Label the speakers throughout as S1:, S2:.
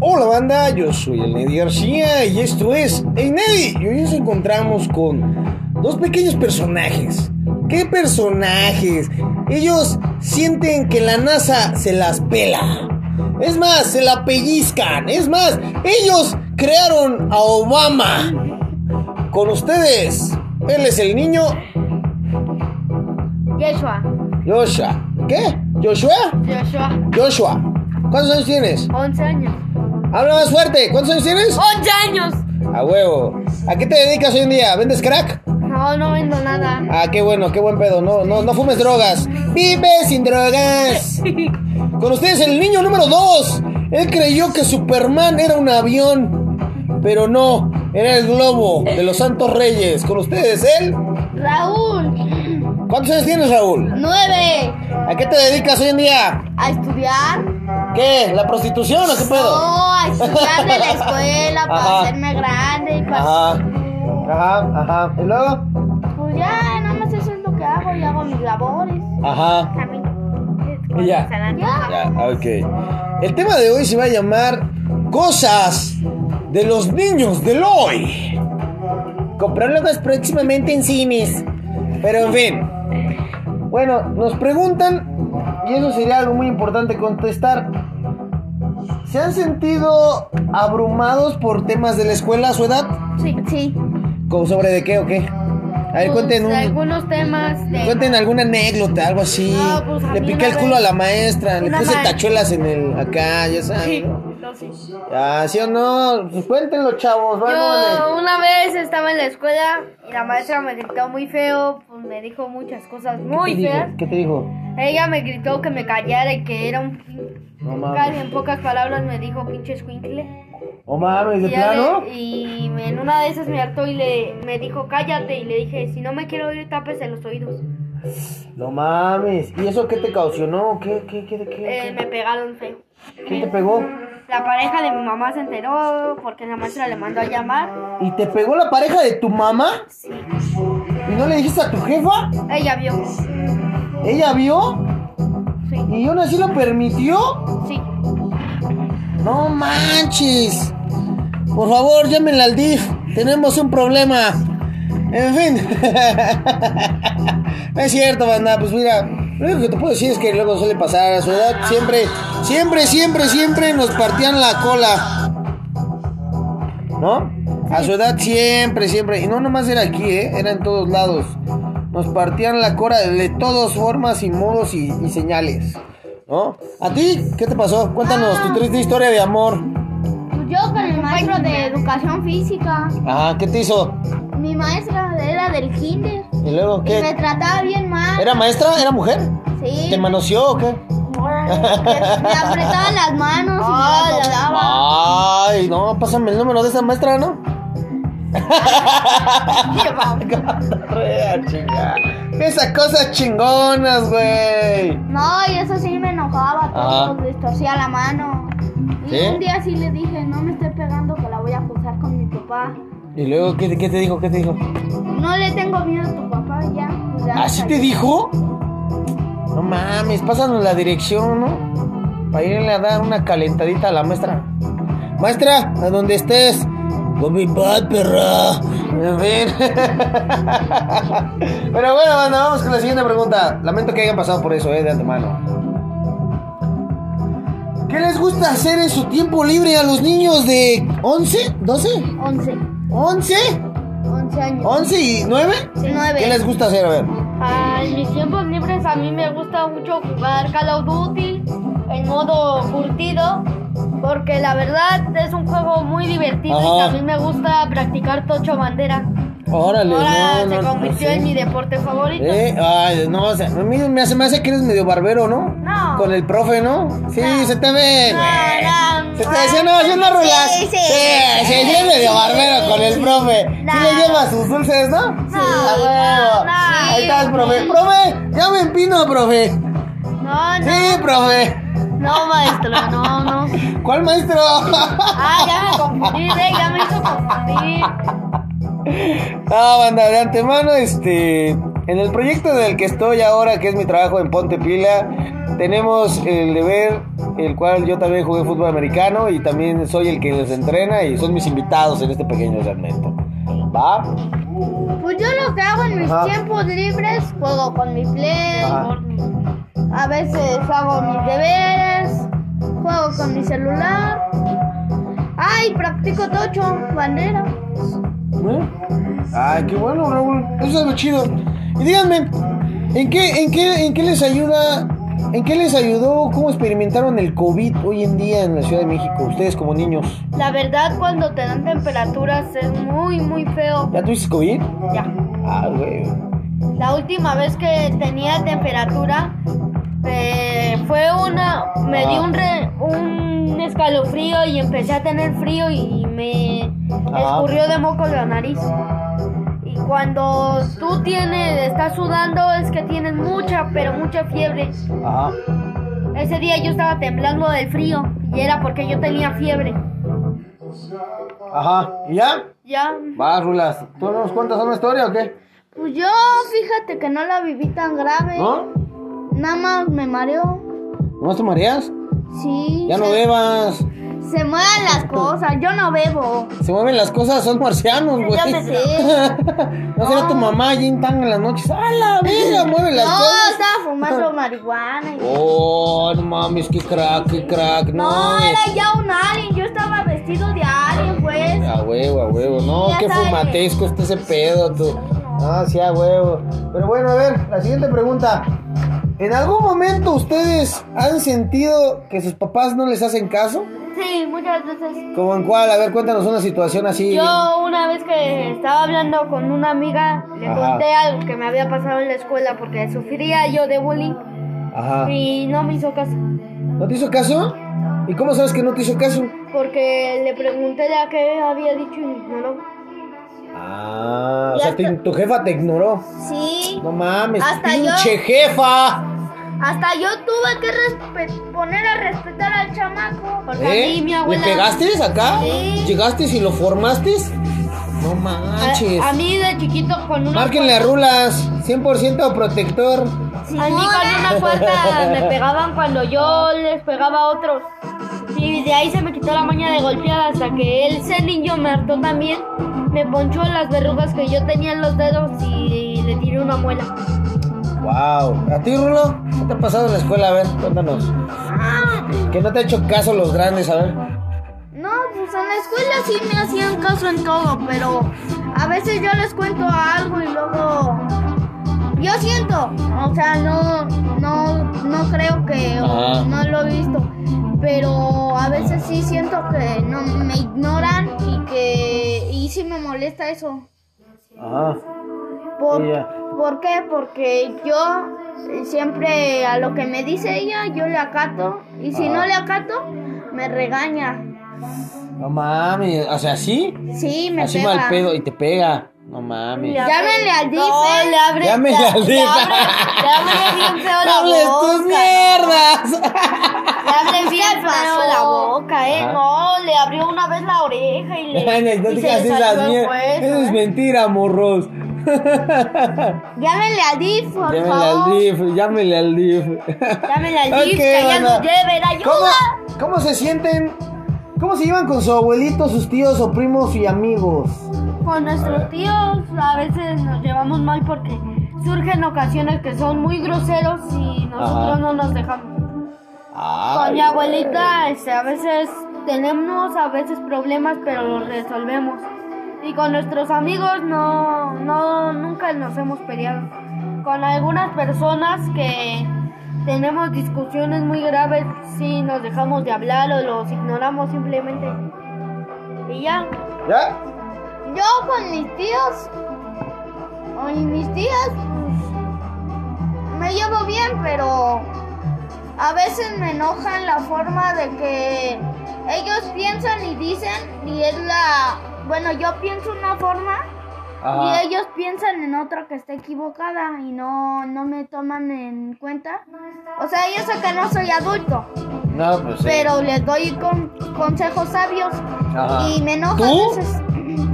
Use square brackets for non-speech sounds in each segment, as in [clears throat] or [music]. S1: Hola banda, yo soy el Nedi García y esto es Hey Nedi. Y hoy nos encontramos con dos pequeños personajes. ¿Qué personajes? Ellos sienten que la NASA se las pela. Es más, se la pellizcan. Es más, ellos crearon a Obama. Con ustedes, él es el niño
S2: Yeshua.
S1: Joshua. ¿Qué? ¿Joshua?
S2: Joshua.
S1: Joshua. ¿Cuántos años tienes?
S2: 11 años.
S1: Habla más fuerte. ¿Cuántos años tienes?
S2: 11 años.
S1: A huevo. ¿A qué te dedicas hoy en día? ¿Vendes crack?
S2: No, no vendo nada.
S1: Ah, qué bueno, qué buen pedo. No, no, no fumes drogas. Vive sin drogas. Con ustedes el niño número 2. Él creyó que Superman era un avión. Pero no, era el globo de los Santos Reyes. Con ustedes él.
S2: Raúl.
S1: ¿Cuántos años tienes, Raúl?
S2: 9.
S1: ¿A qué te dedicas hoy en día?
S2: A estudiar.
S1: ¿Qué? ¿La prostitución o qué pedo?
S2: No, a estudiar de la escuela
S1: Ajá.
S2: para hacerme grande y para.
S1: Ajá. Ajá, ajá. ¿Y luego?
S2: Pues ya, nada más eso es lo que hago. Yo hago mis labores.
S1: Ajá.
S2: Camino.
S1: Y ya.
S2: Ya.
S1: Ya, ok. El tema de hoy se va a llamar Cosas de los niños del hoy. Comprólogos próximamente en cines. Pero en fin. Bueno, nos preguntan, y eso sería algo muy importante contestar. ¿Se han sentido abrumados por temas de la escuela a su edad?
S2: Sí. Sí.
S1: ¿Como sobre de qué o qué? A ver,
S2: Pues,
S1: cuenten un,
S2: Algunos temas de.
S1: Cuenten alguna anécdota, algo así.
S2: No, pues, a
S1: le
S2: mí
S1: piqué
S2: una
S1: el
S2: vez-
S1: culo a la maestra, le
S2: una
S1: puse
S2: ma-
S1: tachuelas en el acá, ya saben.
S2: Sí.
S1: ¿no?
S2: no, sí.
S1: Ah, ¿sí o no? Pues cuéntenlo, chavos.
S2: Yo
S1: vámonos.
S2: una vez estaba en la escuela y la maestra me gritó muy feo, pues me dijo muchas cosas muy
S1: ¿Qué te dijo?
S2: feas.
S1: ¿Qué te dijo?
S2: Ella me gritó que me callara y que era un pin-
S1: No
S2: casi
S1: mames.
S2: en pocas palabras me dijo pinche escuincle.
S1: No mames,
S2: Y,
S1: ¿de
S2: ya
S1: plano?
S2: le- y me- en una de esas me hartó y le me dijo cállate y le dije si no me quiero oír tápese los oídos.
S1: No mames. ¿Y eso qué te caucionó? ¿Qué, qué, qué, qué?
S2: Eh,
S1: qué?
S2: me pegaron feo.
S1: ¿Quién te pegó?
S2: La pareja de mi mamá se enteró porque la maestra le mandó a llamar.
S1: ¿Y te pegó la pareja de tu mamá?
S2: Sí.
S1: ¿Y no le dijiste a tu jefa?
S2: Ella vio.
S1: ¿Ella vio?
S2: Sí.
S1: ¿Y aún así lo permitió?
S2: Sí.
S1: No manches. Por favor, llámenla al DIF. Tenemos un problema. En fin. [laughs] no es cierto, banda. Pues mira, lo único que te puedo decir es que luego suele pasar a su edad. Siempre, siempre, siempre, siempre nos partían la cola. ¿No? A su edad siempre, siempre. Y no nomás era aquí, ¿eh? Era en todos lados. Nos partían la cola de todas formas y modos y, y señales. ¿No? ¿A ti qué te pasó? Cuéntanos tu triste historia de amor.
S2: Yo con el maestro de educación física.
S1: Ajá, Ah, ¿qué te hizo?
S2: Mi maestra era del kinder.
S1: ¿Y luego
S2: Y me
S1: qué?
S2: trataba bien mal.
S1: ¿Era maestra? ¿Era mujer?
S2: Sí.
S1: ¿Te manoseó o qué?
S2: Me apretaba las manos y me las doblaba.
S1: Ay, no, pásame el número de esa maestra, ¿no? Rea, chinga. Esas cosas chingonas, güey.
S2: No, y eso sí me enojaba.
S1: Ajá.
S2: Todo pues, distorcía la mano. Y
S1: ¿Sí?
S2: un día sí le dije, no me esté pegando que la voy a acusar con mi papá.
S1: ¿Y luego qué, qué te dijo? ¿Qué te dijo?
S2: No le tengo miedo a tu papá ya. pues, ya
S1: ¿Así
S2: me
S1: Ah, te
S2: callé.
S1: dijo? No mames, pásanos la dirección, ¿no? Para irle a dar una calentadita a la maestra. Maestra, a donde estés. Con mi pad, perra. En fin. [laughs] Pero bueno, banda, vamos con la siguiente pregunta. Lamento que hayan pasado por eso, eh, de antemano. ¿Qué les gusta hacer en su tiempo libre a los niños de 11, 12,
S2: 11.
S1: 11,
S2: 11 años.
S1: 11 y 9? ¿Qué les gusta hacer? A ver.
S2: Ah, en mis tiempos libres a mí me gusta mucho jugar Call of Duty en modo curtido porque la verdad es un juego muy divertido y
S1: Ajá.
S2: también me gusta practicar tocho bandera.
S1: Órale,
S2: Ahora
S1: no,
S2: se
S1: no, no,
S2: convirtió
S1: sí.
S2: en mi deporte favorito.
S1: Eh, ay, no, o sea, a mí me hace, me hace que eres medio barbero, ¿no?
S2: No.
S1: Con el profe, ¿no? Sí, se te ve.
S2: Ah, No, no,
S1: se te decía, no, yo no
S2: sí,
S1: rulas.
S2: sí,
S1: sí, sí, sí, es medio
S2: sí,
S1: barbero con el profe.
S2: No.
S1: Sí le lleva sus dulces, ¿no? Sí. A huevo.
S2: no, no.
S1: Ahí estás, profe. Profe, ya me empino, profe.
S2: No, no,
S1: Sí, profe.
S2: no, maestro, no, no.
S1: ¿Cuál maestro?
S2: Ah, ya me confundí, eh, ya me hizo confundir.
S1: Ah, banda, de antemano, este. En el proyecto en el que estoy ahora, que es mi trabajo en Ponte Pila, tenemos el deber, el cual yo también jugué fútbol americano y también soy el que les entrena y son mis invitados en este pequeño segmento. ¿Va?
S2: Pues yo lo que hago en mis
S1: Ajá.
S2: tiempos libres, juego con mi play,
S1: Ajá.
S2: a veces hago mis deberes, juego con mi celular. Ay, practico tocho, bandera.
S1: ¿Eh? Ay, qué bueno, Raúl. Eso es lo chido. Y díganme, ¿en qué, en qué, en qué les ayuda? ¿En qué les ayudó? ¿Cómo experimentaron el COVID hoy en día en la Ciudad de México? Ustedes como niños.
S2: La verdad, cuando te dan temperaturas es muy, muy feo.
S1: ¿Ya tuviste COVID?
S2: Ya.
S1: Ah, güey.
S2: La última vez que tenía temperatura eh, fue una. Me dio un, re- un escalofrío y empecé a tener frío y me
S1: Ajá.
S2: escurrió de moco la nariz. Y cuando tú tienes, estás sudando, es que tienes mucha, pero mucha fiebre.
S1: Ajá.
S2: Ese día yo estaba temblando del frío y era porque yo tenía fiebre.
S1: Ajá. ¿Y ya?
S2: Ya.
S1: Va, Rulas. ¿Tú nos cuentas una historia o qué?
S2: Pues yo, fíjate que no la viví tan grave.
S1: ¿No?
S2: Nada más me mareó.
S1: ¿No te mareas?
S2: Sí.
S1: Ya no
S2: se-
S1: bebas.
S2: Se mueven las cosas, yo no bebo.
S1: Se mueven las cosas, son marcianos, güey.
S2: Ya me sé.
S1: [laughs] no será tu mamá allí en tan en las noches. ¡A la vida! Mueve las
S2: no,
S1: cosas. [laughs]
S2: estaba fumando marihuana. y-
S1: Oh, no mames, qué crack, qué crack, no. eh.
S2: No,
S1: mames.
S2: era ya un alien, yo estaba vestido de alien, pues.
S1: A huevo, a huevo, no,
S2: Ya
S1: qué
S2: sabe.
S1: fumatesco está ese pedo, tú. Ah, sí, a huevo. Pero bueno, a ver, la siguiente pregunta. ¿En algún momento ustedes han sentido que sus papás no les hacen caso?
S2: Sí, muchas veces.
S1: ¿Como en cuál? A ver, cuéntanos una situación así.
S2: Yo una vez que estaba hablando con una amiga, le
S1: Ajá.
S2: conté algo que me había pasado en la escuela porque sufría yo de bullying
S1: Ajá.
S2: y no me hizo caso.
S1: ¿No te hizo caso? ¿Y cómo sabes que no te hizo caso?
S2: Porque le pregunté la que había dicho y me ignoró.
S1: Ah, o
S2: Ya
S1: sea, te-
S2: está.
S1: tu jefa te ignoró.
S2: Sí,
S1: No mames,
S2: Hasta yo.
S1: pinche jefa.
S2: Hasta yo tuve que respe- poner a respetar al chamaco. Porque
S1: ¿Eh?
S2: a mí mi
S1: ¿Le
S2: abuela.
S1: pegaste acá?
S2: Sí.
S1: ¿Llegaste y lo formaste? No manches.
S2: Ah, A, a mí pues. de chiquito con una.
S1: Márquenle a Rulas, 100% protector.
S2: A mí con una puerta me pegaban cuando yo les pegaba a otros. Y de ahí se me quitó la maña de golpear hasta que él, ese niño, me hartó también. Me ponchó las verrugas que yo tenía en los dedos y le tiré una muela.
S1: Wow. ¿A ti, Rulo? ¿Qué te ha pasado en la escuela? A ver, cuéntanos. Que no te ha hecho caso los grandes, a ver.
S2: No, pues en la escuela sí me hacían caso en todo, pero a veces yo les cuento algo y luego yo siento, o sea, no, no, no creo que o
S1: Ajá.
S2: no lo he visto, pero a veces sí siento que no me ignoran y que y sí me molesta eso.
S1: Ajá.
S2: Por,
S1: Ya.
S2: ¿Por qué? Porque yo siempre a lo que me dice ella yo le acato y si
S1: Ajá.
S2: no le acato me regaña.
S1: No mames, o sea, así.
S2: Sí, me
S1: Así
S2: pega.
S1: mal pedo y te pega. No mames.
S2: Llámenle al DIF. No, le abre.
S1: Llámenle al DIF.
S2: Le abre
S1: [laughs]
S2: bien feo
S1: ¡No
S2: la
S1: hables
S2: boca.
S1: tus mierdas!
S2: Le abre bien feo la boca, eh.
S1: Ajá.
S2: No, le abrió una vez la oreja y le.
S1: Ay, [laughs] no
S2: y
S1: te
S2: se
S1: hagas
S2: le
S1: esas
S2: salió el
S1: mierdas.
S2: hueso,
S1: Eso es
S2: eh.
S1: mentira, morros.
S2: Llámenle al DIF,
S1: [laughs]
S2: por
S1: Llámenle
S2: favor.
S1: al DIF, llámenle al DIF.
S2: Llámenle al DIF,
S1: Ok,
S2: que allá
S1: banda.
S2: nos lleven. Ayuda.
S1: ¿Cómo, cómo se sienten? ¿Cómo se llevan con su abuelito, sus tíos o primos y amigos?
S2: Con nuestros tíos a veces nos llevamos mal porque surgen ocasiones que son muy groseros y nosotros
S1: Ajá.
S2: no nos dejamos. Con mi abuelita, este, a veces tenemos a veces problemas, pero los resolvemos. Y con nuestros amigos no, no, nunca nos hemos peleado. Con algunas personas que tenemos discusiones muy graves, sí nos dejamos de hablar o los ignoramos simplemente. Y ya.
S1: ¿Ya?
S2: Yo con mis tíos, o y mis tías, pues, me llevo bien, pero a veces me enojan la forma de que ellos piensan y dicen, y es la. Bueno, yo pienso una forma
S1: Ajá.
S2: y ellos piensan en otra que está equivocada y no, no me toman en cuenta. O sea, yo sé que no soy adulto,
S1: No, pues sí.
S2: pero les doy con- consejos sabios
S1: Ajá.
S2: y me enojan.
S1: ¿Tú?
S2: a veces.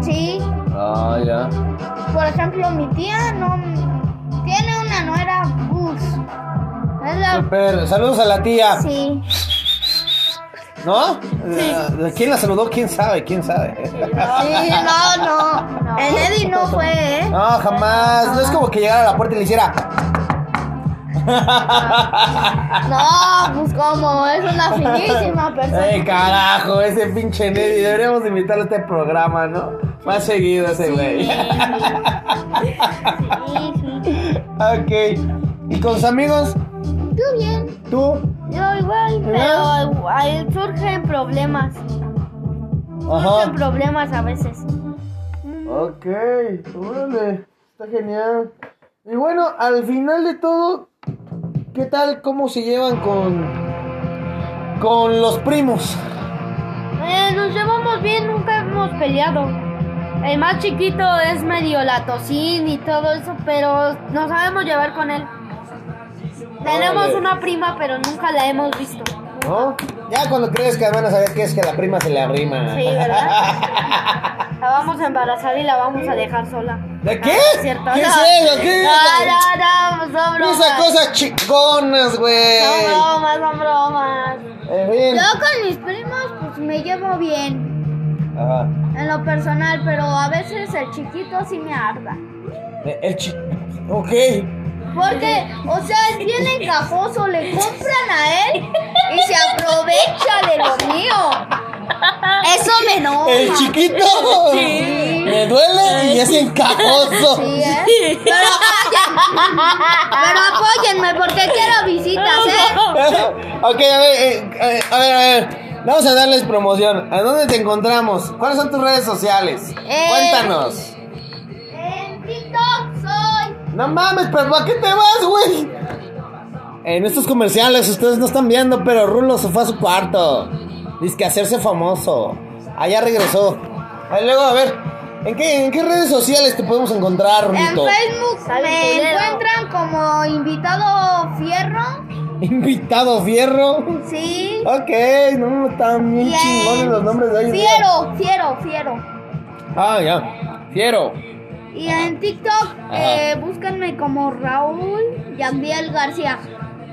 S2: Sí.
S1: Ah, ya.
S2: Por ejemplo, mi tía no. Es la...
S1: Super. Saludos a la tía.
S2: Sí.
S1: ¿No? Eh, ¿Quién la saludó? ¿Quién sabe? ¿Quién sabe?
S2: Sí, no, [laughs] no. El Eddie no fue, ¿eh?
S1: No, jamás. No es como que llegara a la puerta y le hiciera.
S2: No, pues como, es [laughs] una finísima persona.
S1: ¡Ey, carajo! Ese pinche Neddy. Deberíamos invitarlo a este programa, ¿no? Más seguido ese güey. [laughs]
S2: Sí, sí.
S1: ok. ¿Y con sus amigos?
S2: Tú bien.
S1: ¿Tú?
S2: Yo igual, pero ahí surgen problemas. Surgen
S1: Ajá.
S2: problemas a veces.
S1: Ok, órale, está genial. Y bueno, al final de todo, ¿qué tal? ¿Cómo se llevan con, con los primos?
S2: Eh, nos llevamos bien, nunca hemos peleado. El más chiquito es medio latosín y todo eso, pero nos sabemos llevar con él. Tenemos
S1: Órale.
S2: una prima, pero nunca la hemos visto.
S1: ¿No? Ya cuando crees que van a saber qué es que la prima se le arrima.
S2: Sí,
S1: [laughs]
S2: ¿verdad? La vamos a embarazar y la vamos a dejar sola.
S1: ¿De qué?
S2: Ah, no es cierto,
S1: ¿Qué
S2: no.
S1: es eso? ¿Qué es
S2: No, no, no, son bromas.
S1: Esas cosas chingonas, güey.
S2: Son bromas, son bromas.
S1: En fin.
S2: Yo con mis primos pues me llevo bien
S1: Ajá.
S2: en lo personal, pero a veces el chiquito sí me arda.
S1: Eh, El chi... Ok.
S2: Porque, o sea, es bien encajoso, le compran a él y se aprovecha de lo mío. Eso me enoja.
S1: El chiquito me duele y es encajoso.
S2: Sí, ¿eh? Pero apoyen- pero apóyenme porque quiero visitas, ¿eh?
S1: [laughs] ok, a ver, eh, eh, a ver, a ver. Vamos a darles promoción. ¿A dónde te encontramos? ¿Cuáles son tus redes sociales?
S2: Eh.
S1: Cuéntanos.
S2: En TikTok soy.
S1: No mames, pero ¿a qué te vas, güey? En estos comerciales ustedes no están viendo, pero Rulo se fue a su cuarto. Dice que hacerse famoso. Allá regresó. Ahí luego, a ver. ¿En qué, en qué redes sociales te podemos encontrar,
S3: En
S1: Rulito?
S3: Facebook me encuentran como invitado fierro.
S1: Invitado Fierro.
S3: Sí.
S1: Ok, no, están bien
S3: Y en
S1: chingones los nombres de hoy. en día.
S3: Fiero, fiero, fiero.
S1: Ah, ya. Fiero.
S3: Y en TikTok
S1: Ajá.
S3: eh, búsquenme como Raúl Yambiel García.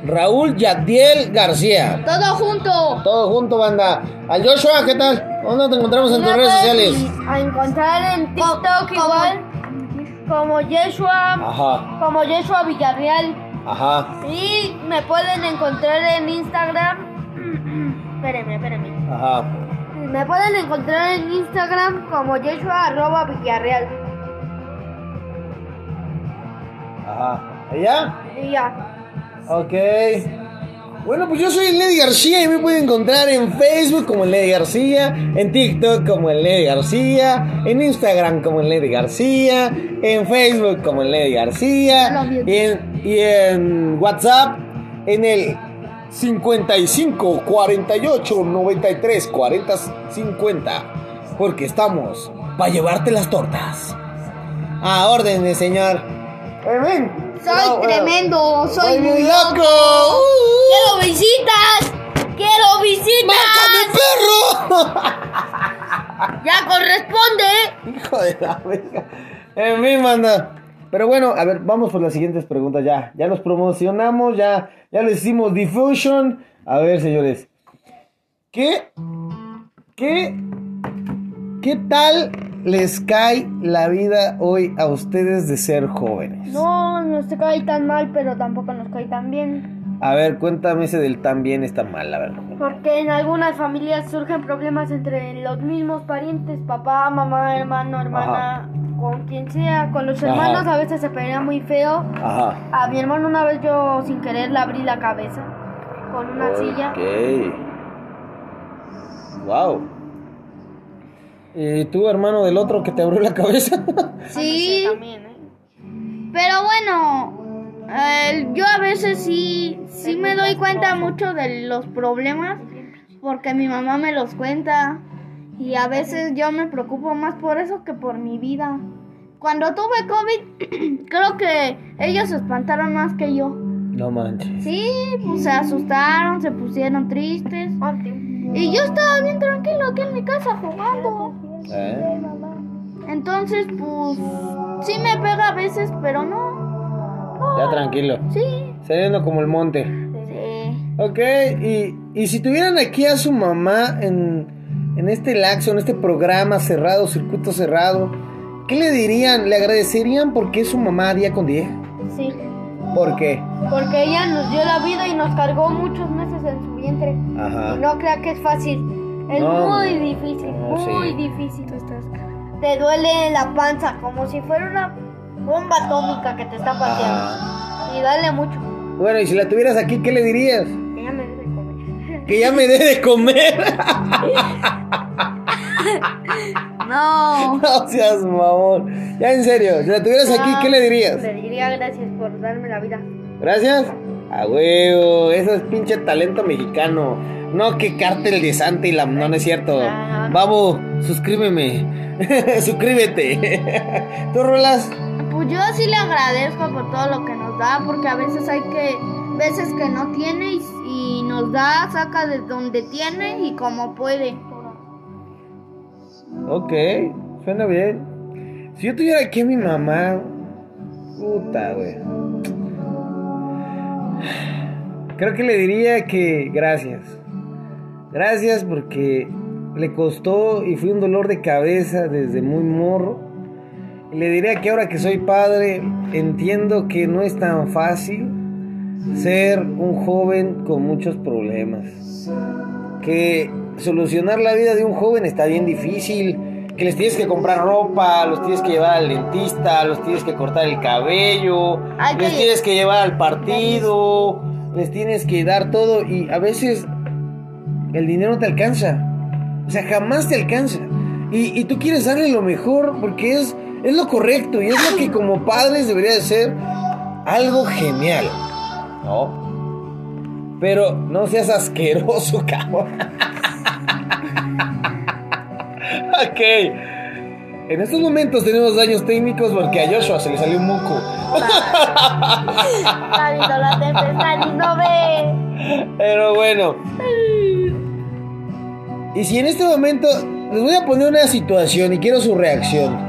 S1: Raúl Yadiel García.
S3: Todo junto.
S1: Todo junto, banda. Al Joshua, ¿qué tal? ¿Dónde te encontramos en tus redes sociales?
S2: A encontrar en
S3: Co-
S2: TikTok
S3: como-
S2: igual. Como Yeshua.
S1: Ajá,
S2: Como Yeshua Villarreal.
S1: ajá,
S2: Y me pueden encontrar en Instagram. Espérenme, espérenme.
S1: ajá.
S2: Me pueden encontrar en Instagram como Yeshua arroba Villarreal.
S1: Ajá. ¿Allá?
S2: Y ya.
S1: Ok. Bueno, pues yo soy Lady García y me pueden encontrar en Facebook como Lady García, en TikTok como Lady García, en Instagram como Lady García, en Facebook como Lady García y en, y en WhatsApp en el 55 48 93 40 50 porque estamos para llevarte las tortas. A órdenes, señor. Amén.
S3: Soy
S1: Eh, No, bueno.
S3: tremendo, soy muy
S1: loco. Uh,
S3: loco. Quiero visitas. Quiero visitas.
S1: ¡Marca
S3: Ya corresponde.
S1: mi perro! [laughs] Hijo de la verga. En fin, manda. Pero bueno, a ver, vamos por las siguientes preguntas ya. Ya los promocionamos, ya, ya les hicimos diffusion. A ver, señores. ¿Qué? ¿Qué? ¿Qué tal les cae la vida hoy a ustedes de ser jóvenes?
S2: No, no se cae tan mal, pero tampoco nos cae tan bien.
S1: A ver, cuéntame ese del tan bien está mal, la verdad.
S2: Porque en algunas familias surgen problemas entre los mismos parientes, papá, mamá, hermano, hermana, con quien sea. Con los
S1: Ajá.
S2: hermanos a veces se pelea muy feo.
S1: Ajá.
S2: A mi hermano una vez yo sin querer le abrí la cabeza con una silla.
S1: Ok. Wow. ¿Y tú, hermano del otro que te abrió la cabeza? [laughs]
S3: Sí.
S2: También, ¿eh?
S3: Pero bueno, el- yo a veces sí, sí me doy cuenta mucho de los problemas porque mi mamá me los cuenta y a veces yo me preocupo más por eso que por mi vida. Cuando tuve COVID, [clears throat] creo que ellos se espantaron más que yo.
S1: no manches.
S3: Sí, pues se asustaron, se pusieron tristes. Y yo estaba bien tranquilo aquí en mi casa jugando.
S1: ¿Eh?
S3: Entonces, pues sí me pega a veces, pero no.
S1: Ya tranquilo.
S3: Sí,
S1: Sereno como el monte. Ok, y, y si tuvieran aquí a su mamá en, en este laxo, en este programa cerrado, circuito cerrado, ¿qué le dirían? ¿Le agradecerían porque es su mamá día con día?
S2: Sí.
S1: ¿Por qué?
S2: Porque ella nos dio la vida y nos cargó muchos meses en su vientre.
S1: Ajá.
S2: Y no crea que es fácil. Es
S1: No,
S2: muy
S1: no.
S2: difícil,
S1: No, sí.
S2: muy difícil. Te duele la panza como si fuera una bomba atómica que te está pateando.
S1: Ajá.
S2: Y dale mucho.
S1: Bueno, y si la tuvieras aquí, ¿qué le dirías?
S2: Ella me debe comer.
S1: Que ya me dé de comer.
S3: No.
S1: No seas mamón. Ya en serio, si la tuvieras aquí, ¿qué le dirías?
S2: Le diría gracias por darme la vida.
S1: Gracias. A huevo, eso es pinche talento mexicano. No que cártel de Santa y la... No, no es cierto.
S2: Ah.
S1: Babo, suscríbeme. [laughs] Suscríbete. ¿Tú rolas?
S3: Pues yo sí le agradezco por todo lo que nos da, porque a veces hay que, veces que no tiene y, y nos da, saca de donde tiene y como puede.
S1: Ok, suena bien. Si yo tuviera aquí a mi mamá... Puta, güey. Creo que le diría que gracias. Gracias porque le costó y fue un dolor de cabeza desde muy morro. Y le diría que ahora que soy padre, entiendo que no es tan fácil ser un joven con muchos problemas. Que solucionar la vida de un joven está bien difícil. Que les tienes que comprar ropa, los tienes que llevar al dentista, los tienes que cortar el cabello,
S3: Hay que-
S1: les tienes que llevar al partido, les tienes que dar todo y a veces el dinero no te alcanza. O sea, jamás te alcanza. Y, y tú quieres darle lo mejor porque es, es lo correcto y es lo que como padres debería de ser algo genial. ¿No? Pero no seas asqueroso, [laughs] cabrón. ok. En estos momentos tenemos daños técnicos porque a Joshua se le salió un moco.
S2: Está viendo la tempestad y no ve.
S1: Pero bueno. Y si en este momento les voy a poner una situación y quiero su reacción.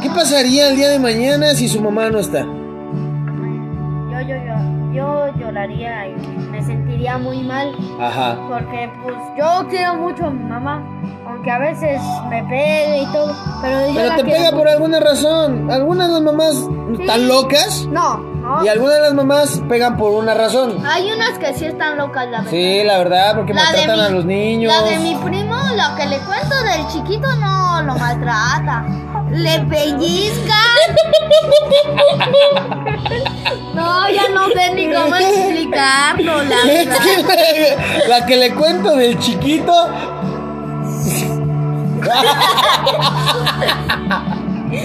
S1: ¿Qué pasaría el día de mañana si su mamá no está?
S2: Yo, yo, yo. Yo lloraría y me sentiría muy mal.
S1: Ajá.
S2: Porque pues yo quiero mucho a mi mamá, aunque a veces me pegue y todo, pero yo
S1: Pero
S2: la
S1: te
S2: quiero
S1: pega
S2: mucho.
S1: por alguna razón. Algunas de las mamás están locas
S2: No, no.
S1: y algunas de las mamás pegan por una razón.
S3: Hay unas que sí están locas, la verdad.
S1: Sí, la verdad, porque
S3: La de
S1: maltratan
S3: mi-
S1: a los niños.
S3: La de mi primo, la que le cuento del chiquito, no lo maltrata. Le pellizcan. No, ya no sé ni cómo explicarlo, la
S1: Es
S3: verdad.
S1: que- [laughs] la que le cuento del chiquito.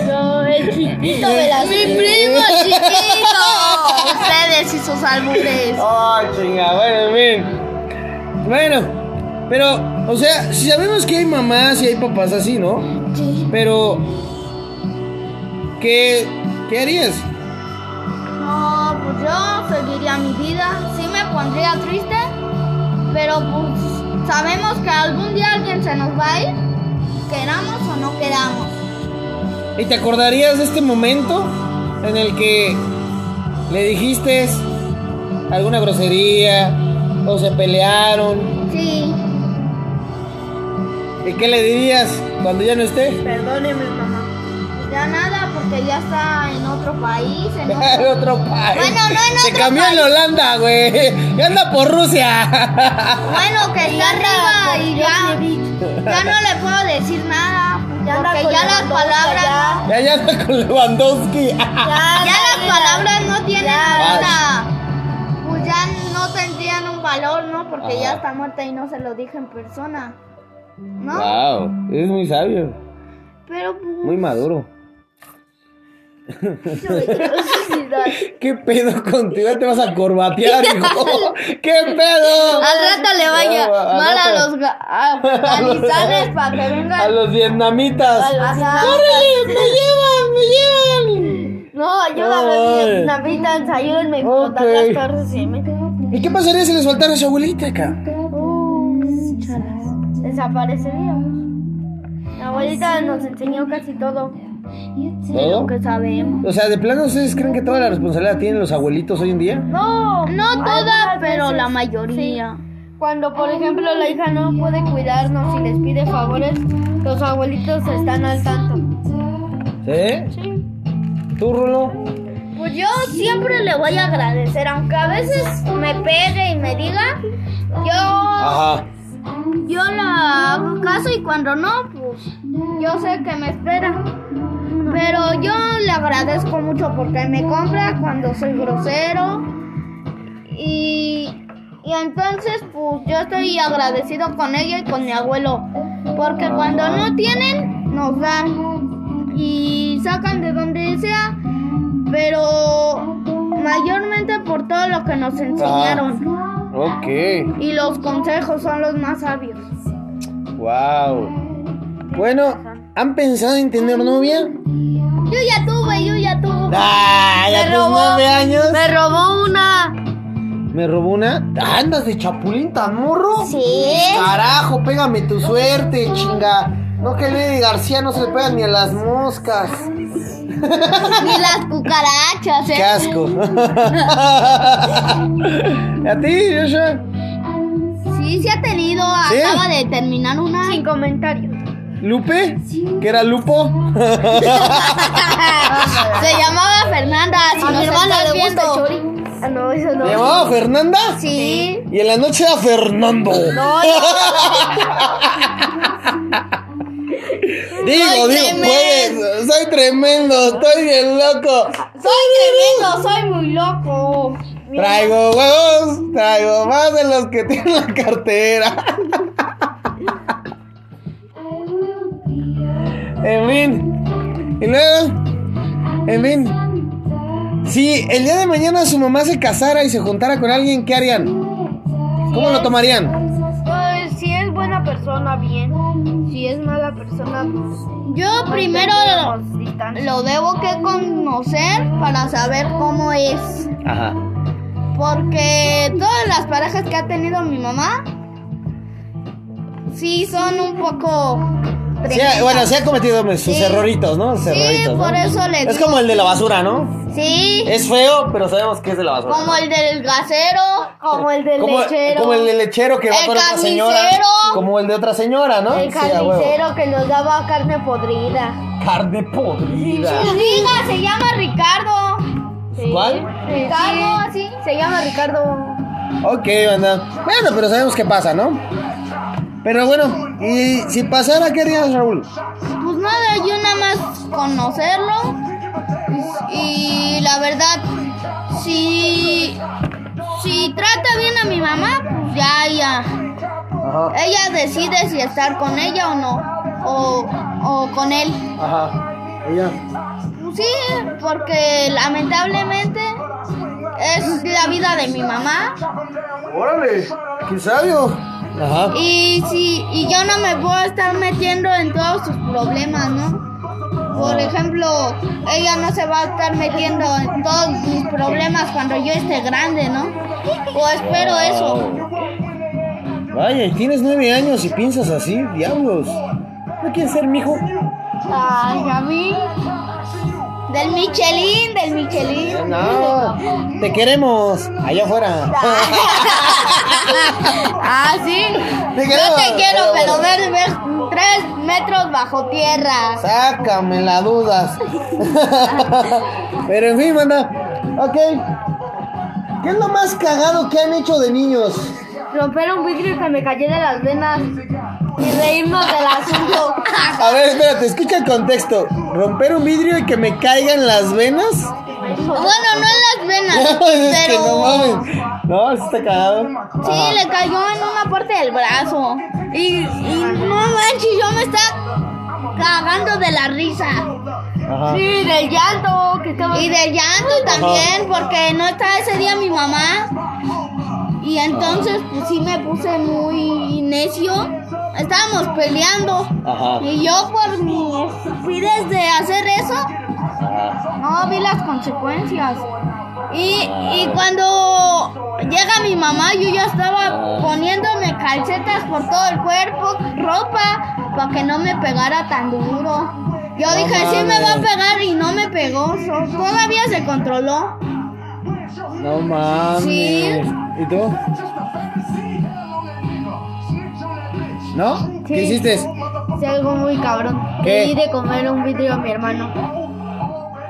S2: No, el chiquito me la
S3: Mi
S1: [laughs]
S3: primo chiquito. Ustedes y sus álbumes.
S1: Oh, chinga, bueno, en fin. Bueno, pero, o sea, si sabemos que hay mamás y hay papás así, ¿no? Pero, ¿qué, qué harías?
S3: No, pues yo seguiría mi vida. Sí me pondría triste, pero pues sabemos que algún día alguien se nos va a ir. Queramos o no queramos.
S1: ¿Y te acordarías de este momento en el que le dijiste alguna grosería o se pelearon?
S3: Sí.
S1: ¿Y qué le dirías cuando ya no esté?
S2: Perdóneme, mamá.
S3: Ya nada, porque ya está en otro país. En otro... [laughs]
S1: El otro país.
S3: Bueno, no en
S1: se
S3: otro
S1: cambió en Holanda, güey. Ya anda por Rusia. [laughs]
S3: Bueno, que está arriba y ya, ya no le puedo decir nada.
S2: Ya anda
S3: porque
S2: con
S3: ya las
S2: Lewandowski
S3: palabras.
S2: allá.
S1: Ya, ya está con Lewandowski.
S3: Ya las palabras no tienen
S1: Ya.
S3: una. Pues ya no tendrían un valor, ¿no? Porque ya
S1: Ajá.
S3: está muerta y no se lo dije en persona. ¿No?
S1: Ah. Wow, es muy sabio,
S3: Pero
S1: [laughs]
S3: pues,
S1: muy maduro.
S3: yo me quiero suicidar.
S1: ¿Qué pedo contigo? Ya Te vas a corbatear,
S3: [laughs]
S1: hijo. ¿Qué pedo?
S3: Al rato le vaya
S1: No, al
S3: mal
S1: rato-
S3: a los ga-
S1: [laughs]
S3: afganistanes para que vengan.
S1: A los vietnamitas.
S3: Ajá.
S1: ¡Córrele! ¡Me llevan! ¡Me llevan!
S2: No,
S1: Ay.
S2: ayúdame, navitas, ayúdenme, explotar
S1: Ok.
S2: las torres y me quedo
S1: ¿Y qué pasaría si le soltara a su abuelita acá?
S2: desapareceríamos. La abuelita nos enseñó casi todo.
S3: de
S1: ¿Todo?
S3: lo que sabemos.
S1: O sea, ¿de plano ustedes creen que toda la responsabilidad tienen los abuelitos hoy en día?
S2: No,
S3: No todas,
S2: algunas
S3: pero
S2: veces
S3: la
S2: sí.
S3: mayoría.
S2: Cuando, por ejemplo, la hija no puede cuidarnos y les pide favores, los abuelitos están al tanto.
S1: ¿Sí? ¿Tú, Rulo?
S3: Pues yo siempre le voy a agradecer, aunque a veces me pegue y me diga, yo,
S1: Ajá.
S3: yo la hago caso y cuando no, pues yo sé que me espera. Pero yo le agradezco mucho porque me compra cuando soy grosero y, y entonces pues yo estoy agradecido con ella y con mi abuelo porque cuando no tienen nos dan y sacan de donde sea pero mayormente por todo lo que nos enseñaron
S1: Ok.
S3: y los consejos son los más sabios.
S1: Wow. Bueno, ¿han pensado en tener novia?
S3: Yo ya tuve, yo ya tuve.
S1: ¡Ah! ¿Ya tus nueve años?
S3: Me robó una.
S1: ¿Me robó una? ¿Andas de chapulín tan morro?
S3: Sí.
S1: Carajo, pégame tu suerte, chinga. No que Lady García no se le pega ni a las moscas.
S3: Ni las cucarachas,
S1: Qué
S3: ¿eh?
S1: asco. ¿A ti, Joshua?
S3: Sí, se ha tenido.
S1: ¿Sí?
S3: Acaba de terminar una. Sin comentarios.
S1: ¿Lupe? ¿Que era Lupo?
S3: Se llamaba Fernanda. Si
S2: A
S3: nos
S2: mi hermana
S3: Ah, estás
S2: le gusta el
S3: viendo.
S2: chori. Ah, no, eso no.
S1: ¿Le llamaba Fernanda?
S3: Sí.
S1: Y en la noche era Fernando. digo, digo,
S3: tremendo.
S1: pues, soy tremendo, estoy bien loco.
S3: Soy tremendo, soy muy loco.
S1: Traigo huevos, traigo más de los que tiene la cartera. en fin. Y luego, en fin. Si el día de mañana su mamá se casara y se juntara con alguien, ¿qué harían? ¿Cómo lo tomarían?
S2: Pues, si es buena persona, bien. Si es mala persona, pues.
S3: Yo primero lo,
S2: nos distancia.
S3: lo debo que conocer para saber cómo es.
S1: Ajá.
S3: Porque todas las parejas que ha tenido mi mamá. Sí, son un poco.
S1: Sí,
S3: tremendas.
S1: bueno, se ha cometido sus
S3: Sí.
S1: erroritos, ¿no? Sus
S3: Sí,
S1: erroritos, ¿no?
S3: por eso le
S1: Es
S3: digo.
S1: como el de la basura, ¿no?
S3: Sí,
S1: Es feo, pero sabemos que es de la basura.
S3: como el del gasero,
S2: Como el del
S1: Como-
S2: lechero.
S1: Como el de lechero que va
S3: El
S1: con otra señora.
S3: carnicero.
S1: Como el de otra señora, ¿no?
S2: El
S1: Sí, a huevo.
S2: carnicero que nos daba carne podrida.
S1: Carne podrida.
S3: Diga, se llama Ricardo.
S1: ¿Cuál?
S3: Ricardo, sí.
S2: Eh, Se llama Ricardo.
S1: Ok, banda. Bueno, pero sabemos qué pasa, ¿no? Pero bueno, y si pasara, ¿qué harías, Raúl?
S3: Pues nada, yo nada más conocerlo. Y la verdad, si, si trata bien a mi mamá, pues ya ella,
S1: Ajá,
S3: ella decide si estar con ella o no. O, o con él.
S1: ajá. Ella.
S3: Pues sí, porque lamentablemente es la vida de mi mamá.
S1: Órale, qué sabio. Ajá.
S3: Y si y yo no me puedo estar metiendo en todos sus problemas, ¿no? Por ejemplo, ella no se va a estar metiendo en todos mis problemas cuando yo esté grande, ¿no? O espero eso.
S1: Vaya, y tienes nueve años y piensas así, diablos. ¿No quieres ser mi hijo?
S3: Ay, a mí. Del Michelin, del Michelin.
S1: No, te queremos allá
S3: [laughs]
S1: afuera.
S3: Ah, sí.
S1: Te
S3: Yo
S1: queremos,
S3: te quiero,
S1: pero
S3: pero ver, ver tres metros bajo tierra.
S1: Sácame la
S3: [laughs]
S1: dudas. Pero en fin, manda. Ok. ¿Qué es lo más cagado que han hecho de niños?
S2: Romper un vidrio y que me cayera las venas. Y reírnos del asunto.
S1: A ver, espérate, escucha el contexto. ¿Romper un vidrio y que me caigan las
S3: [laughs]
S1: venas? [laughs]
S3: Bueno, no en las venas,
S1: Es que [laughs] no
S3: pero
S1: mames. No, eso está cagado. Ajá.
S3: sí le cayó en una parte del brazo. Y, y no manches, yo me estaba cagando de la risa.
S1: Ajá.
S2: Sí, del llanto. Que estaba...
S3: Y del llanto también, porque no estaba ese día mi mamá. Y entonces pues sí me puse muy necio. Estábamos peleando.
S2: Ah.
S1: Ajá.
S3: Y yo por mi estupidez de hacer eso,
S1: Ajá.
S3: No vi las consecuencias. Y, y cuando llega mi mamá, yo ya estaba poniéndome calcetas por todo el cuerpo, ropa, para que no me pegara tan duro. Yo
S1: No
S3: dije, sí me va a
S1: mames.
S3: pegar y no me pegó. so- Todavía se controló.
S1: No mames.
S3: Sí.
S1: ¿Y tú? ¿No? ¿Qué
S2: Sí.
S1: hiciste?
S2: Hice algo muy cabrón.
S1: ¿Qué?
S2: Le di de comer un vidrio a mi hermano.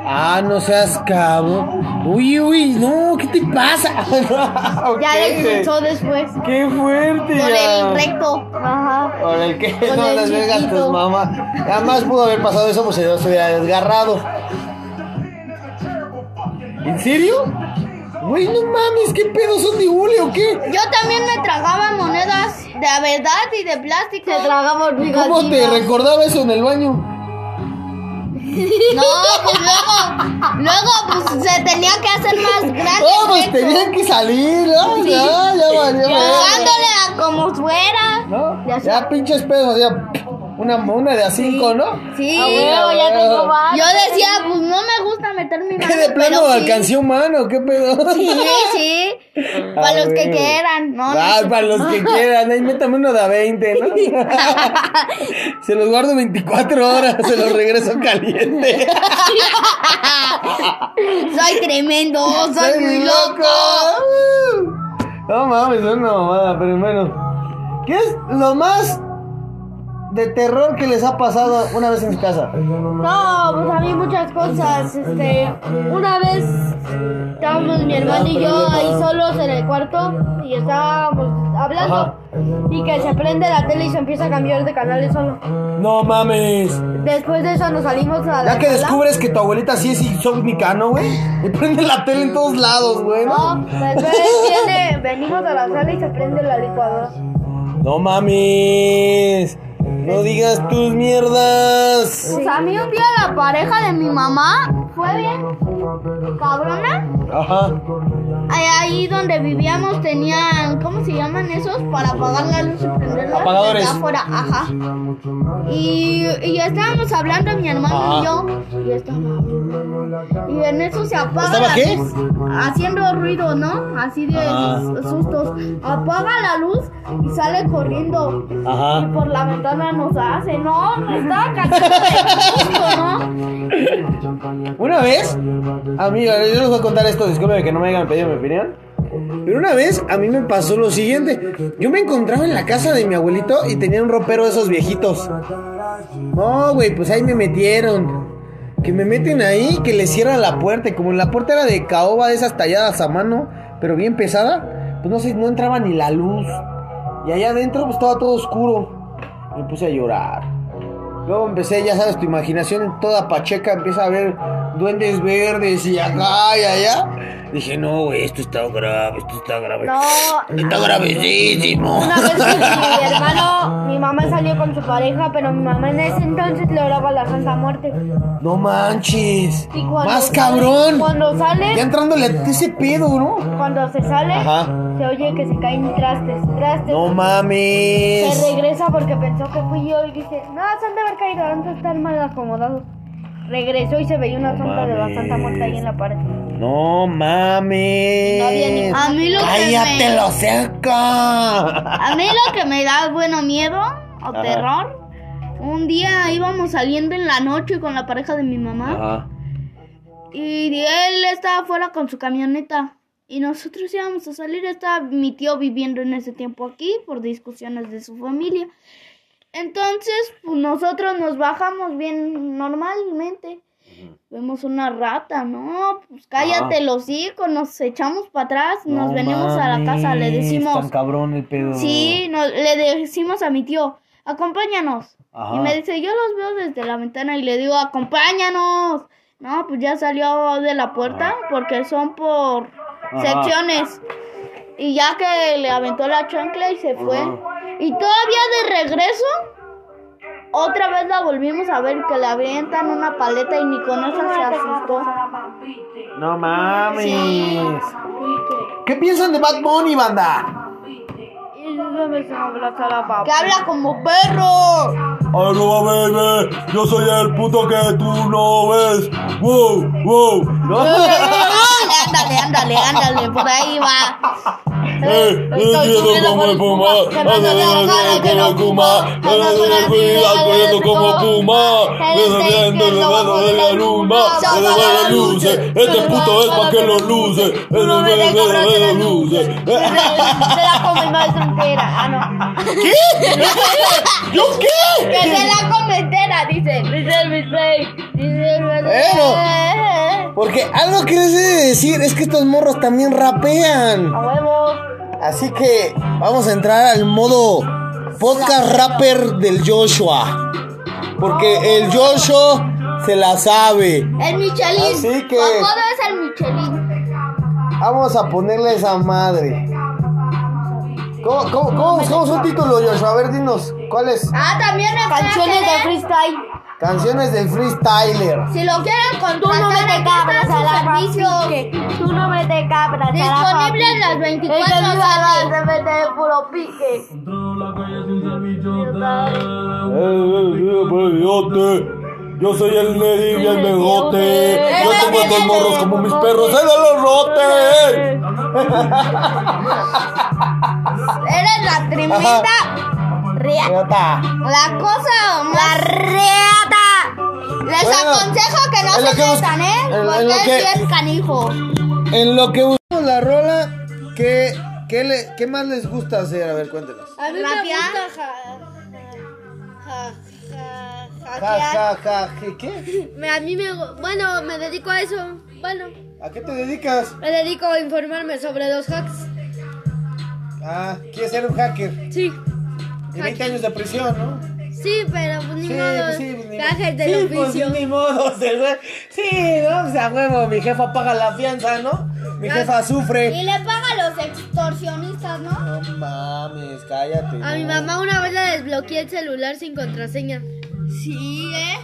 S1: Ah, no seas cabrón. Uy, uy, no, ¿qué te pasa? [laughs]
S2: Ya le
S1: Ok.
S2: expulsó después.
S1: ¡Qué fuerte!
S3: Con
S1: ya.
S3: el recto.
S2: Ajá.
S1: Por el que
S2: Con
S1: no
S2: el
S1: las pues, vegas
S2: chiquito.
S1: tus mamás. Jamás pudo haber pasado eso porque yo se hubiera desgarrado. ¿En serio? Güey, no mames, ¿qué pedo son de hule o qué?
S3: Yo también me tragaba monedas de a verdad y de plástico.
S2: Se tragaba hormigas.
S1: ¿Cómo te recordaba eso en el baño?
S3: No, pues luego, luego pues se tenía que hacer más grande.
S1: No, pues
S3: el recto.
S1: tenían que salir, ¿no? Ya, ya valió, verga,
S3: Jugándole a como fuera.
S1: ¿no?
S2: Ya
S1: Ya,
S2: sé.
S1: pinches pedos, hacía una, una de a cinco, ¿no?
S3: Sí. oh,
S2: Ah, huevo, ya tengo varios.
S3: Yo decía, pues no me gusta meter mi
S1: [laughs]
S3: mano.
S1: ¿Qué de plano
S3: pero sí.
S1: alcancé humano? ¿Qué pedo? [laughs]
S3: Sí, sí. Para
S1: Ah,
S3: los que
S1: huevo.
S3: quieran, ¿no? no
S1: Ah,
S3: sé.
S1: para los
S3: [laughs]
S1: que quieran, ahí métame uno de a 20, ¿no? [laughs] se los guardo 24 horas, se los regreso caliente.
S3: Soy tremendo, soy muy loco.
S1: ¡Uh! No mames, es una mamada, pero bueno. ¿Qué es lo más de terror que les ha pasado una vez en su casa?
S2: No, pues a mí muchas cosas. Este, una vez estábamos mi hermano y yo ahí solos en el cuarto y estábamos hablando
S1: Ajá.
S2: y que se prende la tele y se empieza a cambiar de canales solo.
S1: No mames.
S2: Después de eso nos salimos a la
S1: Ya que
S2: sala.
S1: descubres que tu abuelita sí es insónica, ¿no, güey? Y prende la tele en todos lados, güey.
S2: No, después viene, venimos a la sala y se prende la licuadora.
S1: No mames. No digas tus mierdas.
S3: Pues a mí un día la pareja de mi mamá fue bien cabrona.
S1: Ajá.
S3: Ahí, ahí donde vivíamos tenían, ¿cómo se llaman esos? Para apagar la luz y prenderla.
S1: Apagadores.
S3: desde afuera, ajá. Y, y estábamos hablando mi hermano
S1: Ajá.
S3: y yo. Y estábamos- Y en eso se apaga
S1: ¿Estaba
S3: la
S1: qué?
S3: luz. Haciendo ruido, ¿no? Así de
S1: Ah.
S3: sustos. Apaga la luz y sale corriendo. Y
S1: Ajá.
S3: por la ventana nos hace, no, me estaba cachando de susto, ¿no?
S1: Una vez, amiga, yo les voy a contar esto, discúlpeme que no me hayan pedido mi opinión. Pero una vez a mí me pasó lo siguiente. Yo me encontraba en la casa de mi abuelito y tenía un ropero de esos viejitos. No, güey, pues ahí me metieron. Que me meten ahí, que le cierran la puerta. Y como la puerta era de caoba de esas talladas a mano, pero bien pesada, pues no sé, no entraba ni la luz. Y allá adentro pues estaba todo oscuro. Me puse a llorar. Luego empecé, ya sabes, tu imaginación toda pacheca empieza a ver duendes verdes y acá y allá. Dije, no, güey, esto está grave, esto está grave.
S2: No,
S1: Está gravísimo.
S2: una vez que mi hermano, mi mamá salió con su pareja, pero mi mamá en ese entonces le oraba la Santa Muerte.
S1: [laughs] No manches.
S2: Y cuando
S1: Más
S2: sale-
S1: cabrón.
S2: Cuando
S1: Ya
S2: sale,
S1: entrándole a ese pedo, ¿no?
S2: cuando se sale,
S1: Ajá.
S2: se oye que se caen trastes, trastes.
S1: No mames.
S2: Se regresa porque pensó que fui yo y dice, no, se han de haber caído, han de estar mal acomodados. Regresó y se veía una sombra de la Santa Muerte ahí en la pared.
S1: No mames.
S2: No había ni-
S3: A mí lo que
S1: Cállate
S3: me, Ah,
S1: lo cerca.
S3: a mí lo que me da bueno miedo o
S1: Ajá.
S3: terror. Un día íbamos saliendo en la noche con la pareja de mi mamá
S1: Ajá.
S3: y él estaba afuera con su camioneta y nosotros íbamos a salir, estaba mi tío viviendo en ese tiempo aquí por discusiones de su familia. Entonces, pues, nosotros nos bajamos bien normalmente. Vemos una rata, no, pues cállate
S1: Ah.
S3: los hocico, nos echamos para atrás, nos
S1: No
S3: venimos a la casa, le
S1: mames,
S3: decimos,
S1: Tan cabrón el pedo.
S3: sí, no- le decimos a mi tío, acompáñanos.
S1: Ajá.
S3: Y me dice, yo los veo desde la ventana y le digo, acompáñanos. No, pues ya salió de la puerta porque son por
S1: Ajá.
S3: secciones. Y ya que le aventó la chancla y se fue.
S1: Ajá.
S3: Y todavía de regreso, otra vez la volvimos a ver que le avientan una paleta y ni con eso se asustó.
S1: No mames.
S3: Sí.
S1: ¿Qué piensan de Bad Bunny,
S3: [laughs]
S1: banda?
S2: Y yo me abrazar a papá.
S3: Que habla como
S1: [laughs]
S3: perro. [laughs]
S4: Algo bebé, yo soy el puto que tú no ves. Wow, wow.
S1: No.
S3: ándale, ándale, ándale, ándale, por ahí va.
S4: Eh, eh, corriendo como el puma, andando como Kuma, andando en la vida, corriendo como Puma, descendiendo debajo de la luna, se le va la luz, este puto es pa' que lo luce, Este es lo Eh, que le de la luz.
S2: Se la come maestro entera. Ah, no.
S1: ¿Yo qué?
S3: Que se la come entera, dice.
S2: Dice mi rey. Dice mi rey.
S1: Bueno. Porque algo que les he de decir es que estos morros también rapean.
S2: A huevo.
S1: Así que vamos a entrar al modo podcast rapper del Joshua. Porque el Joshua se la sabe.
S3: El Michelin.
S1: Así que-
S3: Tu apodo es el Michelin.
S1: Vamos a ponerle esa madre. ¿Cómo, cómo, cómo buscamos un título, Joshua? A ver, dinos. ¿Cuál es?
S3: Ah, también es
S2: Canciones de freestyle.
S1: Canciones del freestyler.
S3: Si lo quieren
S2: Tú no me
S3: contratar,
S2: te
S3: aquí
S2: cabras a la
S3: están sus servicios.
S2: papique. Tú no me te cabras a la Este
S3: Disponible en las
S2: Es que
S3: 24
S2: viva la
S3: horas.
S2: se mete puro pique.
S4: eh, Yo soy el Neddy y el Negote. Yo tengo estos morros como mis perros en el rote.
S3: Eres la tremenda reata.
S1: Ya está.
S3: La cosa más reata. Les
S1: Bueno,
S3: aconsejo que no
S1: en lo
S3: se
S1: que bus- en-
S3: metan, ¿eh?
S1: en
S3: Porque
S1: lo que-
S3: es bien canijo.
S1: En lo que usamos la rola, ¿qué, qué, le- qué más les gusta hacer? A ver, cuéntenos.
S2: A mí me
S3: Rapear.
S2: gusta
S1: Ja, ja, ja, je, ¿qué?
S2: Me- A mí me. Bueno, me dedico a eso. Bueno,
S1: ¿A qué te dedicas?
S2: me dedico a informarme sobre los hacks.
S1: Ah, quieres ser un hacker.
S2: Sí.
S1: Y 20 años de prisión, ¿no?
S2: Sí, pero pues ni
S1: Sí,
S2: modo.
S1: pues sí, pues, ni
S2: Gajes
S1: modo.
S2: del
S1: Sí, pues,
S2: oficio.
S1: ni modo, [laughs] se fue. Sí, no, o sea, huevo, mi jefa paga la fianza, ¿no?
S2: Ah,
S1: Mi jefa sufre.
S3: Y le paga a los extorsionistas, ¿no?
S1: No mames, cállate.
S2: A mi
S1: no.
S2: mamá una vez le desbloqueé el celular sin contraseña.
S3: Sí, ¿eh?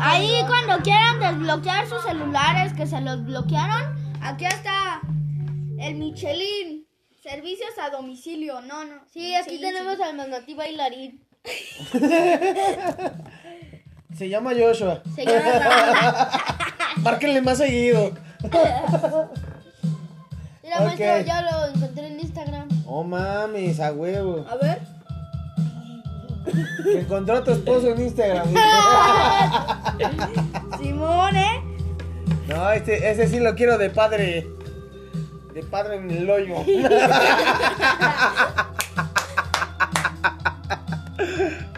S3: Ahí cuando quieran desbloquear sus celulares que se los bloquearon, aquí está el Michelin. Servicios a domicilio, no, no.
S2: Sí, aquí tenemos al manatí bailarín.
S1: Se llama Joshua.
S3: Se
S1: [laughs]
S3: llama
S1: Márquenle más seguido.
S2: Mira,
S1: Ok.
S2: maestro, ya lo encontré en Instagram.
S1: Oh mames, a huevo.
S2: A ver.
S1: Que encontró a tu esposo en Instagram.
S3: Simón, ¿eh?
S1: No, este, ese sí lo quiero de padre. De padre en el hoyo.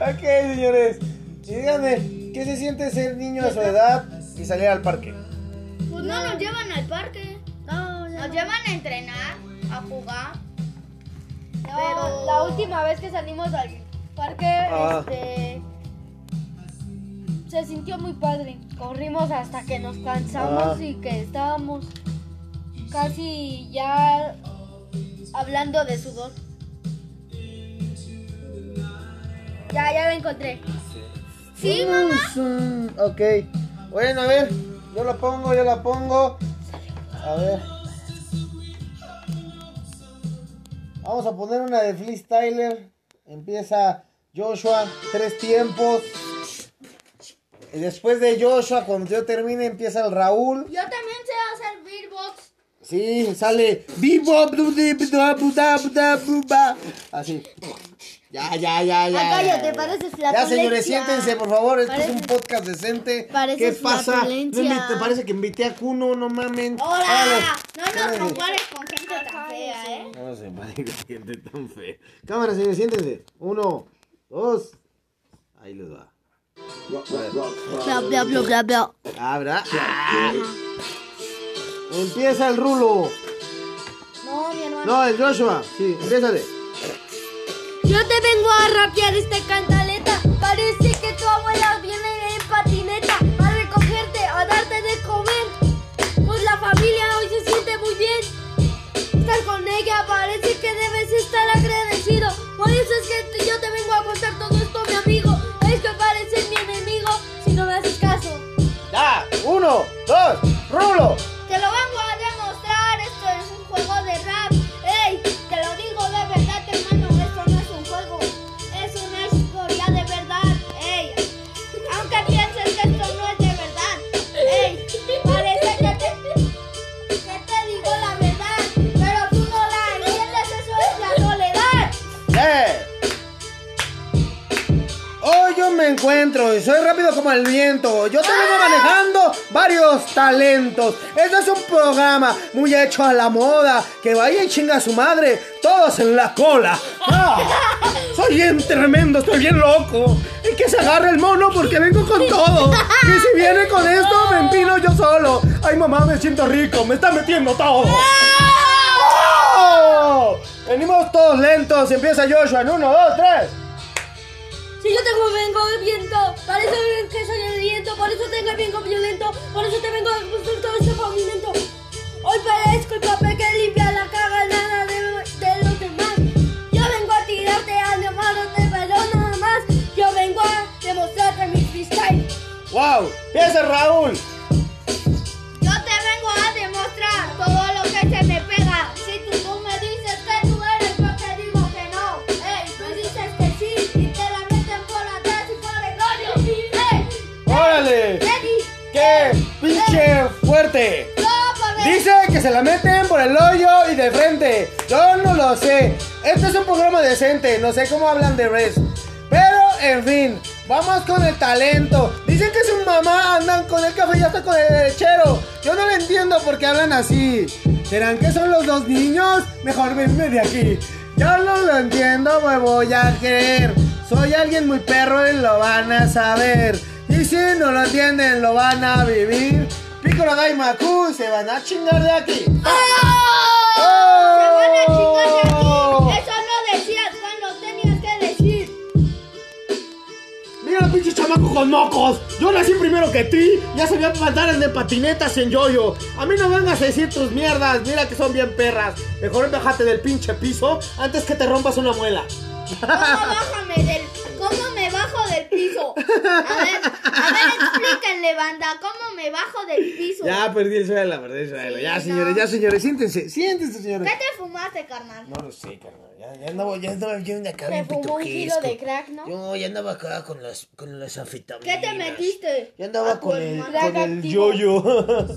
S1: ok, señores. Y díganme, ¿qué se siente ser niño a su edad y salir al parque?
S3: Pues no nos llevan al parque.
S2: No, ya
S3: Nos
S2: no.
S3: llevan a entrenar, a jugar.
S2: Pero la última vez que salimos al parque,
S1: Ah.
S2: este. Se sintió muy padre. Corrimos hasta que nos cansamos
S1: Ah.
S2: y que estábamos casi ya hablando de sudor. Ya, ya la encontré.
S1: Sí, mamá. Ok. Bueno, a ver. Yo la pongo, yo la pongo. A ver. Vamos a poner una de freestyler. Empieza Joshua, tres tiempos. Y después de Joshua, cuando yo termine, empieza el Raúl.
S3: Yo también sé hacer beatbox.
S1: Sí, sale. Vivo, blu, blu, blu, blu, blu, blu, blu. Así. Ya, ya, ya, ya.
S2: Ah,
S1: ya,
S2: cállate,
S1: ya.
S2: pareces
S1: Ya, señores,
S2: flatulencia.
S1: siéntense, por favor. Esto es un podcast decente. ¿Qué
S2: pareces
S1: pasa? No
S2: flatulencia.
S1: invité- parece que invité a Kuno, no mamen.
S3: ¡Hola! No nos
S1: Cámara,
S3: compares con gente tan fea, ¿eh?
S1: No se parece gente tan fea. Cámara, señores, siéntense. Uno, dos. Ahí les va.
S2: Bla, bla, bla, bla, bla.
S1: Ah, ¿verdad? Ah. Empieza el rulo.
S3: No, mi hermano.
S1: No, el Joshua. Sí, empiézale.
S2: Yo te vengo a rapear esta cantaleta. Parece que tu abuela viene en patineta a recogerte, a darte de comer. Pues la familia hoy se siente muy bien. Estar con ella parece que debes estar agradecido. Por eso es que te- yo te vengo a contar todo esto, mi amigo. Es que pareces mi enemigo si no me haces caso.
S1: Ya, uno, dos, rulo.
S3: Te lo vengo a demostrar. Esto es un juego de rap. ¡Ey! Te lo digo de verdad, hermano. Esto no es un juego. Es una historia de verdad. ¡Ey! Aunque pienses que esto no es de verdad. ¡Ey! Parece que te, que te digo la
S1: me encuentro y soy rápido como el viento. Yo te vengo manejando varios talentos. Este es un programa muy hecho a la moda. Que vaya y chinga a su madre. Todos en la cola. Ah, soy bien tremendo, estoy bien loco. Y que se agarre el mono porque vengo con todo. Y si viene con esto, me empino yo solo. Ay, mamá, me siento rico. Me está metiendo todo. ¡Oh! Venimos todos lentos. Empieza Joshua en 1, 2, 3.
S5: Si yo tengo vengo el viento, por eso ven que soy el viento, por eso tengo el vengo violento, por eso te vengo a buscar todo ese pavimento. Hoy parezco el papel que limpia la caga nada de, de los demás. Yo vengo a tirarte a mi mano de balón nada más. Yo vengo a demostrarte mi freestyle.
S1: ¡Wow! Empieza Raúl.
S3: Yo te vengo a demostrar todo lo que se me pega. Si tú, tú me dices que tú eres, yo te digo que no. Ey, tú dices que sí y te la meten por atrás y por el hoyo. Ey,
S1: ¡Órale!
S3: Eddie,
S1: ¡Qué pinche fuerte!
S3: yo por el-
S1: Dice que se la meten por el hoyo y de frente. Yo no lo sé. Este es un programa decente. No sé cómo hablan de res. Pero, en fin. Vamos con el talento. Dicen que su mamá andan con el café y hasta con el lechero. Yo no lo entiendo por qué hablan así. ¿Serán que son los dos niños? Mejor venme de aquí. Yo no lo entiendo, me voy a creer. Soy alguien muy perro y lo van a saber. Y si no lo entienden, lo van a vivir. Piccolo Dai Macu se van a chingar de aquí. ¡Oh!
S3: Eso no decías cuando tenías que decir.
S1: Mira el pinche chamaco con mocos. Yo nací primero que ti. Ya se vean pantanas de patinetas en yoyo. A mí no vengas a decir tus mierdas. Mira que son bien perras. Mejor bájate del pinche piso antes que te rompas una muela. [laughs]
S3: ¿Cómo bájame del, cómo me bajo del piso? A ver, a ver, explíquenle, banda, ¿cómo me bajo del piso?
S1: Ya perdí el suelo, perdí el suelo. Ya,
S3: Sí,
S1: señores,
S3: no.
S1: ya, señores. Siéntense, siéntense,
S3: ¿Qué
S1: señores.
S3: te fumaste, carnal?
S1: No lo sé, carnal. Ya, ya andaba, ya andaba yo en acá
S3: Te
S1: bien
S3: fumó un kilo de
S1: pitojesco.
S3: crack, ¿no?
S1: Yo ya andaba acá con las, con las anfetaminas.
S3: ¿Qué te metiste?
S1: Yo andaba
S3: A tu
S1: con el,
S3: hermana.
S1: con el yoyo. [laughs]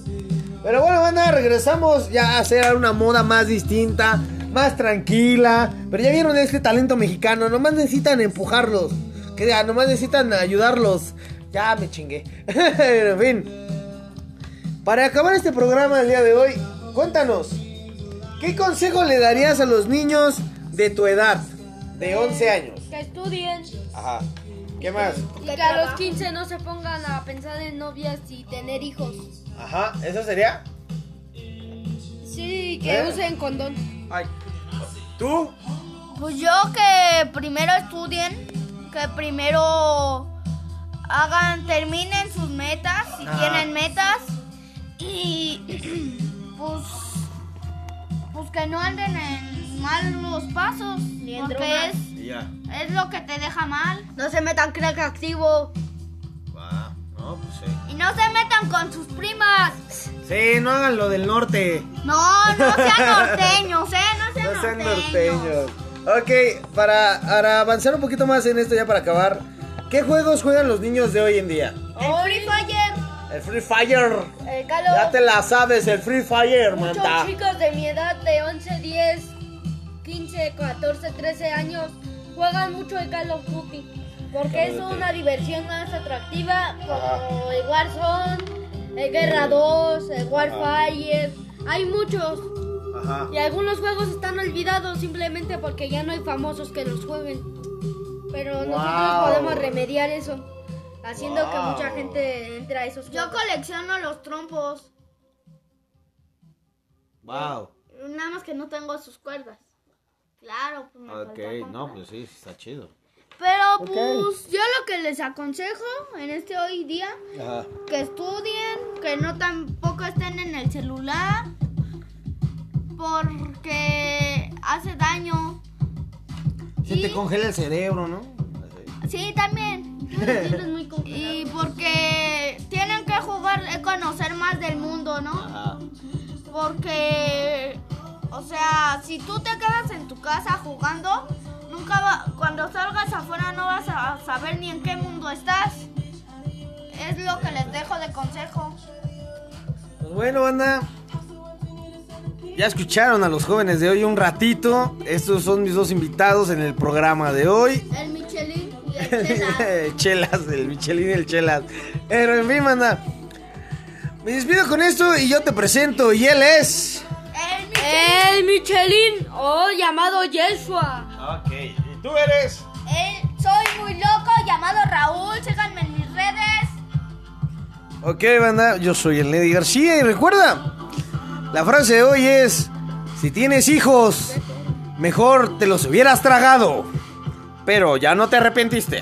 S1: Pero bueno, banda, regresamos ya a hacer una moda más distinta, más tranquila. Pero ya vieron este talento mexicano, nomás necesitan empujarlos. Que ya, nomás necesitan ayudarlos. Ya me chingué. [laughs] en fin. Para acabar este programa el día de hoy, cuéntanos, ¿qué consejo le darías a los niños de tu edad, de 11 años?
S5: Que estudien.
S1: Ajá. ¿Qué más?
S5: Y que a los 15 no se pongan a pensar en novias y tener hijos.
S1: Ajá, ¿eso sería?
S5: Sí, que
S1: ¿Eh?
S5: usen condón.
S1: Ay. ¿Tú?
S3: Pues yo que primero estudien, que primero hagan, terminen sus metas, si
S1: Ah.
S3: tienen metas, y pues, pues que no anden en malos pasos,
S5: en
S3: porque
S5: drogas.
S3: es,
S1: Ya.
S3: es lo que te deja mal.
S5: No se metan crack activo.
S1: Va. No, pues sí.
S3: Y no se metan con sus primas.
S1: Sí, no hagan lo del norte.
S3: No, no sean norteños, ¿eh? No sean,
S1: No sean
S3: norteños.
S1: norteños. Ok, para, para avanzar un poquito más en esto, ya para acabar, ¿qué juegos juegan los niños de hoy en día?
S3: El Free Fire,
S1: El Free Fire.
S5: El
S1: Ya
S5: calor.
S1: te la sabes, el Free Fire,
S5: Eh, Muchos
S1: manta.
S5: chicos de mi edad de 11, 10, 15, 14, 13 años juegan mucho el Call of Duty porque es una diversión más atractiva como el Warzone, el Guerra 2, el Warfire. Hay muchos
S1: Ajá.
S5: y algunos juegos están olvidados simplemente porque ya no hay famosos que los jueguen. Pero
S1: Wow.
S5: nosotros podemos remediar eso haciendo que
S1: Wow.
S5: mucha gente entre a esos
S3: yo
S5: juegos.
S3: colecciono los trompos,
S1: Wow.
S3: nada más que no tengo sus cuerdas. Claro, pues me faltó comprar.
S1: sí, está chido.
S3: Pero
S1: Ok.
S3: pues yo lo que les aconsejo en este hoy día,
S1: Ajá.
S3: que estudien, que no tampoco estén en el celular, porque hace daño.
S1: Se
S3: Y-
S1: te congela el cerebro, ¿no?
S3: Sí, también. Y porque tienen que jugar, eh, conocer más del mundo, ¿no?
S1: Ajá.
S3: Porque, o sea, si tú te quedas en tu casa jugando, nunca va- cuando salgas afuera no vas a saber ni en qué mundo estás. Es lo que les dejo de consejo.
S1: Pues bueno, banda. Ya escucharon a los jóvenes de hoy un ratito. Estos son mis dos invitados en el programa de hoy.
S3: El Michelin y el
S1: chelas, [laughs] el Michelin y el Chelas. Pero en fin, manda. Me despido con esto y yo te presento. Y él es.
S5: El Michelin, o llamado Yeshua.
S1: Ok, ¿y tú eres?
S3: Él, eh, soy muy loco, llamado Raúl. Síganme en mis redes.
S1: Ok, banda, yo soy el Neddy García y recuerda, la frase de hoy es, si tienes hijos, mejor te los hubieras tragado, pero ya no te arrepentiste.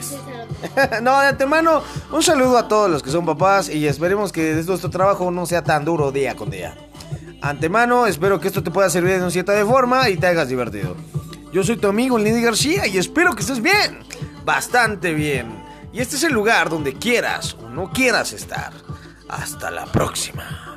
S1: [laughs] no, de antemano, un saludo a todos los que son papás y esperemos que esto- nuestro trabajo no sea tan duro día con día. Antemano, espero que esto te pueda servir de una cierta de forma y te hagas divertido. Yo soy tu amigo el Neddy García y espero que estés bien, bastante bien. Y este es el lugar donde quieras o no quieras estar. Hasta la próxima.